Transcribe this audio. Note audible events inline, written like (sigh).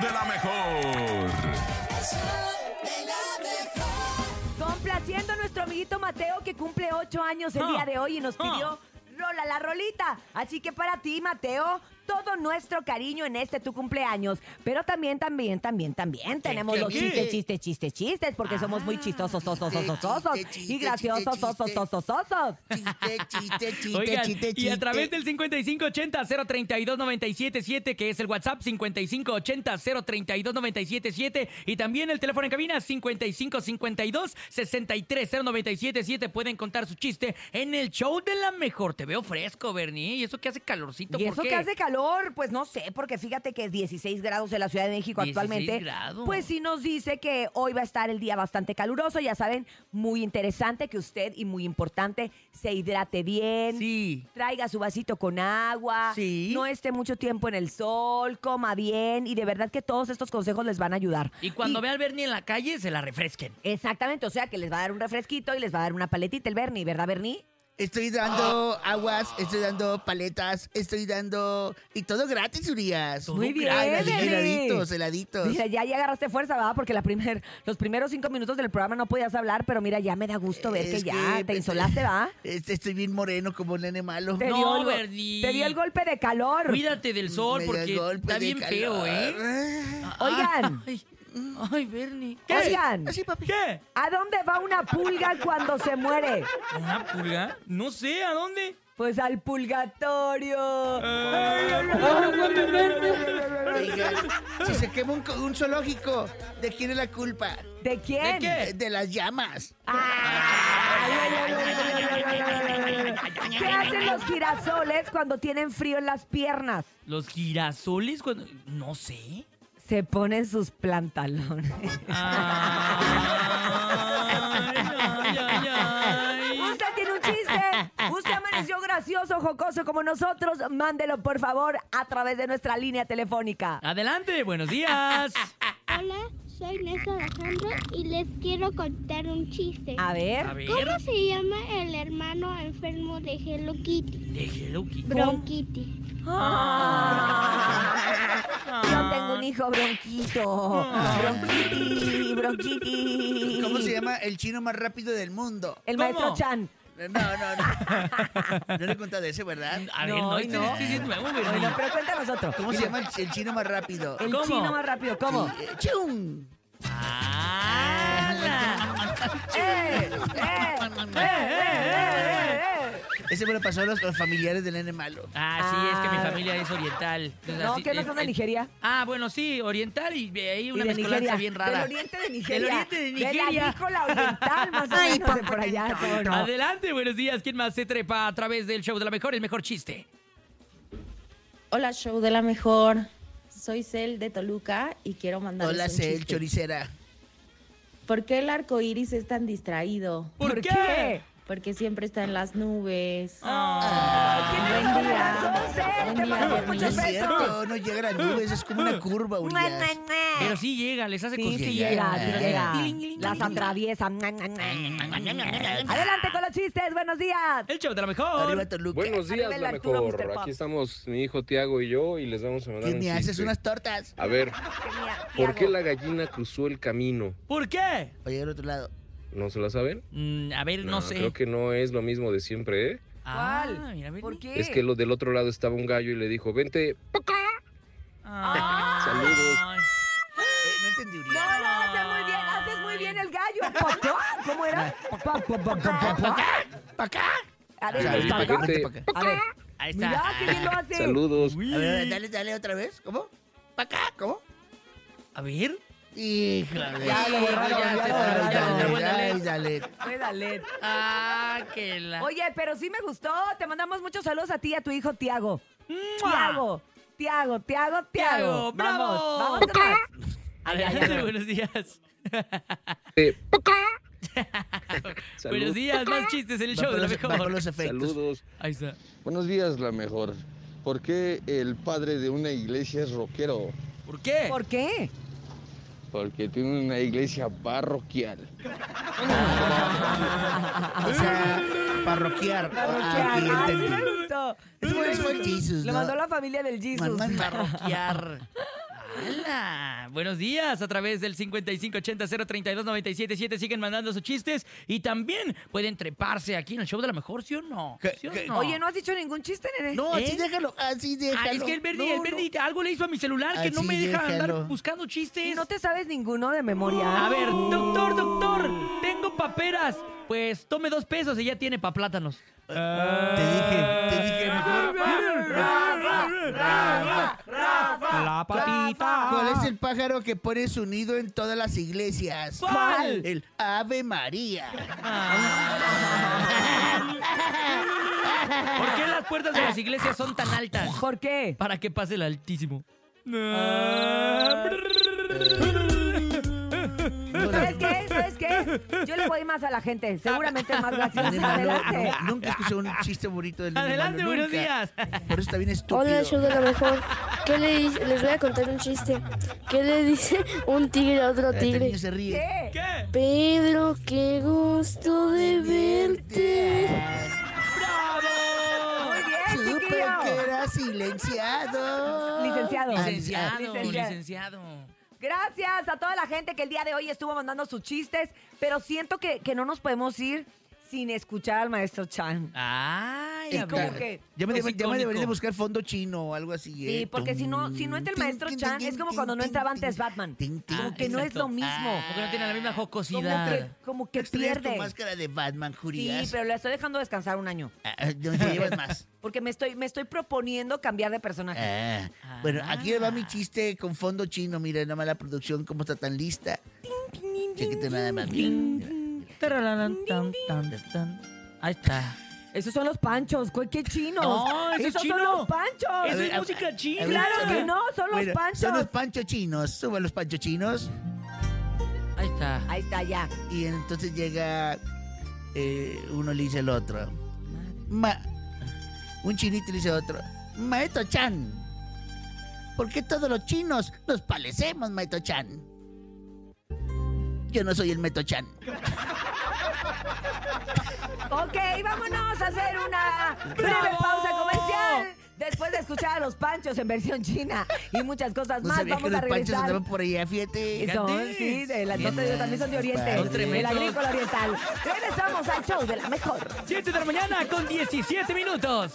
de la mejor. Complaciendo a nuestro amiguito Mateo que cumple ocho años el Ah. día de hoy y nos Ah. pidió rola la rolita. Así que para ti, Mateo, todo nuestro cariño en este tu cumpleaños. Pero también, también, también, también tenemos qué, los qué? chistes, chistes, chistes, chistes, porque somos muy chistosos, osos, osos, osos, Ah, chiste, chiste, y graciosos, chiste, osos, chiste. osos, osos. Chiste, chiste, chiste, Oigan, chiste, chiste. y a través del 5580-032-977, que es el WhatsApp, 5580-032-977, y también el teléfono en cabina, 5552-630977, pueden contar su chiste en el show de la mejor. Te veo fresco, Bernie, y eso que hace calorcito, Y ¿por eso qué? que hace calor, pues no sé, porque fíjate que 16 grados en la Ciudad de México 16 actualmente. grados. Pues sí nos dice que hoy va a estar el día bastante caluroso, ya saben, muy interesante que usted y muy importante se hidrate bien. Sí. Traiga su vasito con agua, Sí. no esté mucho tiempo en el sol, coma bien y de verdad que todos estos consejos les van a ayudar. Y cuando ve al Bernie en la calle, se la refresquen. Exactamente, o sea que les va a dar un refresquito y les va a dar una paletita el Bernie, ¿verdad Bernie? Estoy dando aguas, estoy dando paletas, estoy dando... Y todo gratis, Urias. Todo Muy bien, Ay, heladi- Bernie. Heladitos, heladitos. Mira, ya, ya agarraste fuerza, ¿verdad? Porque la primer, los primeros cinco minutos del programa no podías hablar, pero mira, ya me da gusto ver que, Es ya que- te insolaste, ¿va? (laughs) Este, estoy bien moreno como un nene malo. Te, No, dio el, go- Verdi. te dio el golpe de calor. Cuídate del sol, Me da porque Mm, golpe está de bien feo, calor. ¿eh? Oigan. Ay, ay, Bernie. Oigan, Así, papi. ¿Qué? ¿a dónde va una pulga cuando se muere? ¿Una pulga? No sé, ¿a dónde? Pues al purgatorio. Oigan, si se quema un, co- un zoológico, ¿de quién es la culpa? ¿De quién? ¿De qué? Eh, De las llamas. ¿Qué hacen los girasoles cuando tienen frío en las piernas? ¿Los girasoles? Cuando... No sé. Se ponen sus pantalones. Ay, ay, ay, ay. Usted tiene un chiste. Usted amaneció gracioso, jocoso como nosotros. Mándelo, por favor, a través de nuestra línea telefónica. Adelante, buenos días. Hola, soy Néstor Alejandro y les quiero contar un chiste. A A ver. ver, ¿Cómo se llama el hermano enfermo de Hello Kitty? de Hello Kitty. Bronquiti. Yo tengo un hijo bronquito. Bronquiti, bronquiti. ¿Cómo se llama el chino más rápido del mundo? El ¿Cómo? maestro Chan. No, no, no. No le he contado ese, ¿verdad? A ver, no, No, este, no. este sí es nuevo, Bueno, Bernie. pero cuéntanos otro. ¿Cómo se llama el, el chino más rápido? El ¿Cómo? chino más rápido. ¿Cómo? Eh, ¡Chum! ¡Hala! ¡Eh! ¡Eh! ¡Eh! ¡Eh! ¡Eh! Ese me lo pasó a los, los familiares del nene malo. Ah, sí, es que mi familia es oriental. Entonces, No, así- que no es- son de es- Nigeria. Ah, bueno, sí, oriental y de ahí una Y de mezcolanza Nigeria. bien rara. Del oriente de Nigeria. (laughs) Del oriente de Nigeria. la Nicola (laughs) Oriental, más o menos, de por allá. ¿cómo no? Adelante, buenos días. ¿Quién más se trepa a través del show de la mejor? El mejor chiste. Hola, show de la mejor. Soy Cel de Toluca y quiero mandarles Hola, un Cel, chiste. choricera. ¿Por qué el arco iris es tan distraído? ¿Por, ¿Por qué? qué? Porque siempre está en las nubes. Ah. Tienes Buen día. razón, Cel, te Buen día, mandamos No muchos es besos. cierto, no llega a las nubes, es como una curva, Urias. Pero sí llega, les hace Sí, sí cosquillas. llega, sí llega. Tiling, tiling, Las tiling. atraviesa. Adelante con los chistes, buenos días. El show de la Arriba mejor. Toluca. Buenos Arriba días, el la Arturo, mejor. Mr. Pop. Aquí estamos mi hijo Tiago y yo y les vamos a mandar ¿Qué un me haces? chiste. Unas tortas. A ver, ¿por qué Tiago. la gallina cruzó el camino? ¿Por qué? Para llegar al otro lado. ¿No se la saben? Ah, Mm, a ver, no, sé. Creo que no es lo mismo de siempre, ¿eh? Ah, ¿Cuál? mira, Bernie. ¿Por qué? Es que lo del otro lado estaba un gallo y le dijo, vente. ¡paca! Ah. Saludos. Eh, no entendí, No, Urias. no, haces muy bien, haces muy bien el (laughs) gallo. ¿Papá? ¿Cómo era? Papá, papá, papá, papá. ¿Para acá? A O sea, ver, Salí, ¿papá? vente, papá. vente, Papá. A ver, Ahí está. mira qué bien lo hace. Saludos. Uy. A ver, dale, dale otra vez. ¿Cómo? ¿Para acá? ¿Cómo? A ver. Híjole. Ya lo borraron, ya lo borraron. Dale, dale, dale. Fue Dalet. Ah, que la. Oye, pero sí me gustó. Te mandamos muchos saludos a ti y a tu hijo Tiago. Tiago, Tiago, Tiago, Tiago. Tiago, bravo. Vamos, vamos con más. Adelante, buenos días. (laughs) Eh, Buenos Saludos. días, más chistes en el Va show por de la los- va por mejor. los efectos. Saludos. Ahí está. Buenos días, la mejor. ¿Por qué el padre de una iglesia es rockero? ¿Por qué? ¿Por qué? Porque tiene una iglesia parroquial. O sea, parroquiar. Ah, Ay, sí, sí entendí. me gustó. Ese fue- ese fue el Jesus, Lo ¿no? (laughs) mandó la familia del Jesus. Mamá, Parroquiar. ¡Hala! Buenos días a través del 5580-032-977. Siguen mandando sus chistes y también pueden treparse aquí en el show de la mejor, ¿sí o no? ¿Qué- ¿Sí o qué? no? Oye, ¿no has dicho ningún chiste, nene? No, así ¿Eh? déjalo, así déjalo. Ah, es que el Verdi, No, el no. Verdi algo le hizo a mi celular que no Así me deja déjalo. andar buscando ¿Y chistes. no te sabes ninguno de memoria? A ver, doctor, doctor, tengo paperas. Pues tome dos pesos y ya tiene pa' plátanos. Te dije, te dije mejor. La patita. ¿Cuál es el pájaro que pone su nido en todas las iglesias? ¿Cuál? El Ave (laughs) María. ¿Por qué las puertas de las iglesias son tan altas? ¿Por qué? Para que pase el altísimo. ¿Sabes qué? ¿Sabes qué? Yo le voy más a la gente. Seguramente es más Nene (laughs) gracioso. Malo, Adelante. nu- Nunca escuché un chiste bonito del Nene Adelante, Malo, buenos nunca. días. Por eso está bien estúpido. Hola, show de la mejor. ¿Qué le dice? Les voy a contar un chiste. ¿Qué le dice un tigre a otro Este niño tigre? se ríe. ¿Qué? ¿Qué? Pedro, qué gusto de verte. ¡Bravo! Muy bien, Supe que chiquillo. era silenciado. Licenciado. Ah, Licenciado, Licenciado. licenciado. Gracias a toda la gente que el día de hoy estuvo mandando sus chistes, pero siento que, que no nos podemos ir sin escuchar al maestro Chan. Ay, Y a como ver. que- Ya me, Es deben- ya me deberían de icónico. buscar fondo chino o algo así. Sí, ¿eh? porque si no, si no entra el Tin, maestro tin, Chan, tin, es como tin, cuando no tin, entraba tin, antes Batman. tin, Ah. tin, Como que no es lo mismo. Ah, Porque no tiene la misma Como jocosidad. que, como que Tú traías tu pierde. máscara de Batman, Jurías. Sí, pero la estoy dejando descansar un año. Ah, ah, no te llevas (laughs) más. Porque me estoy, me estoy proponiendo cambiar de personaje. Ah, Bueno, aquí va Ah. mi chiste con fondo chino. Mira, nada más la producción, cómo está tan lista. Chequete nada más. mira, mira. Tarararán, tan, tan, tan. Ahí está. Esos son los panchos, ¿cuál- qué chinos. No, ese es Esos son chino. los panchos. Eso A es ver, a- música a- china. a ver, Claro a que ver. no, son los Bueno, panchos. Son los pancho chinos. Suba los pancho chinos. Ahí está. Ahí está, ya. Y entonces llega eh, uno le dice al otro. Ma- un chinito le dice a otro. Maestro Chan. ¿Por qué todos los chinos nos palecemos, Maestro Chan? Yo no soy el Maestro Chan. Ok, vámonos a hacer una breve pausa comercial. Después de escuchar a los panchos en versión china y muchas cosas No más, sabía que vamos a los panchos regresar. andaban por allá, fíjate. Son, Gigantes. sí, de la, no te digo, también son de Oriente, Son el tremendos. agrícola oriental. Regresamos al show de la mejor. 7 de la mañana con 17 minutos.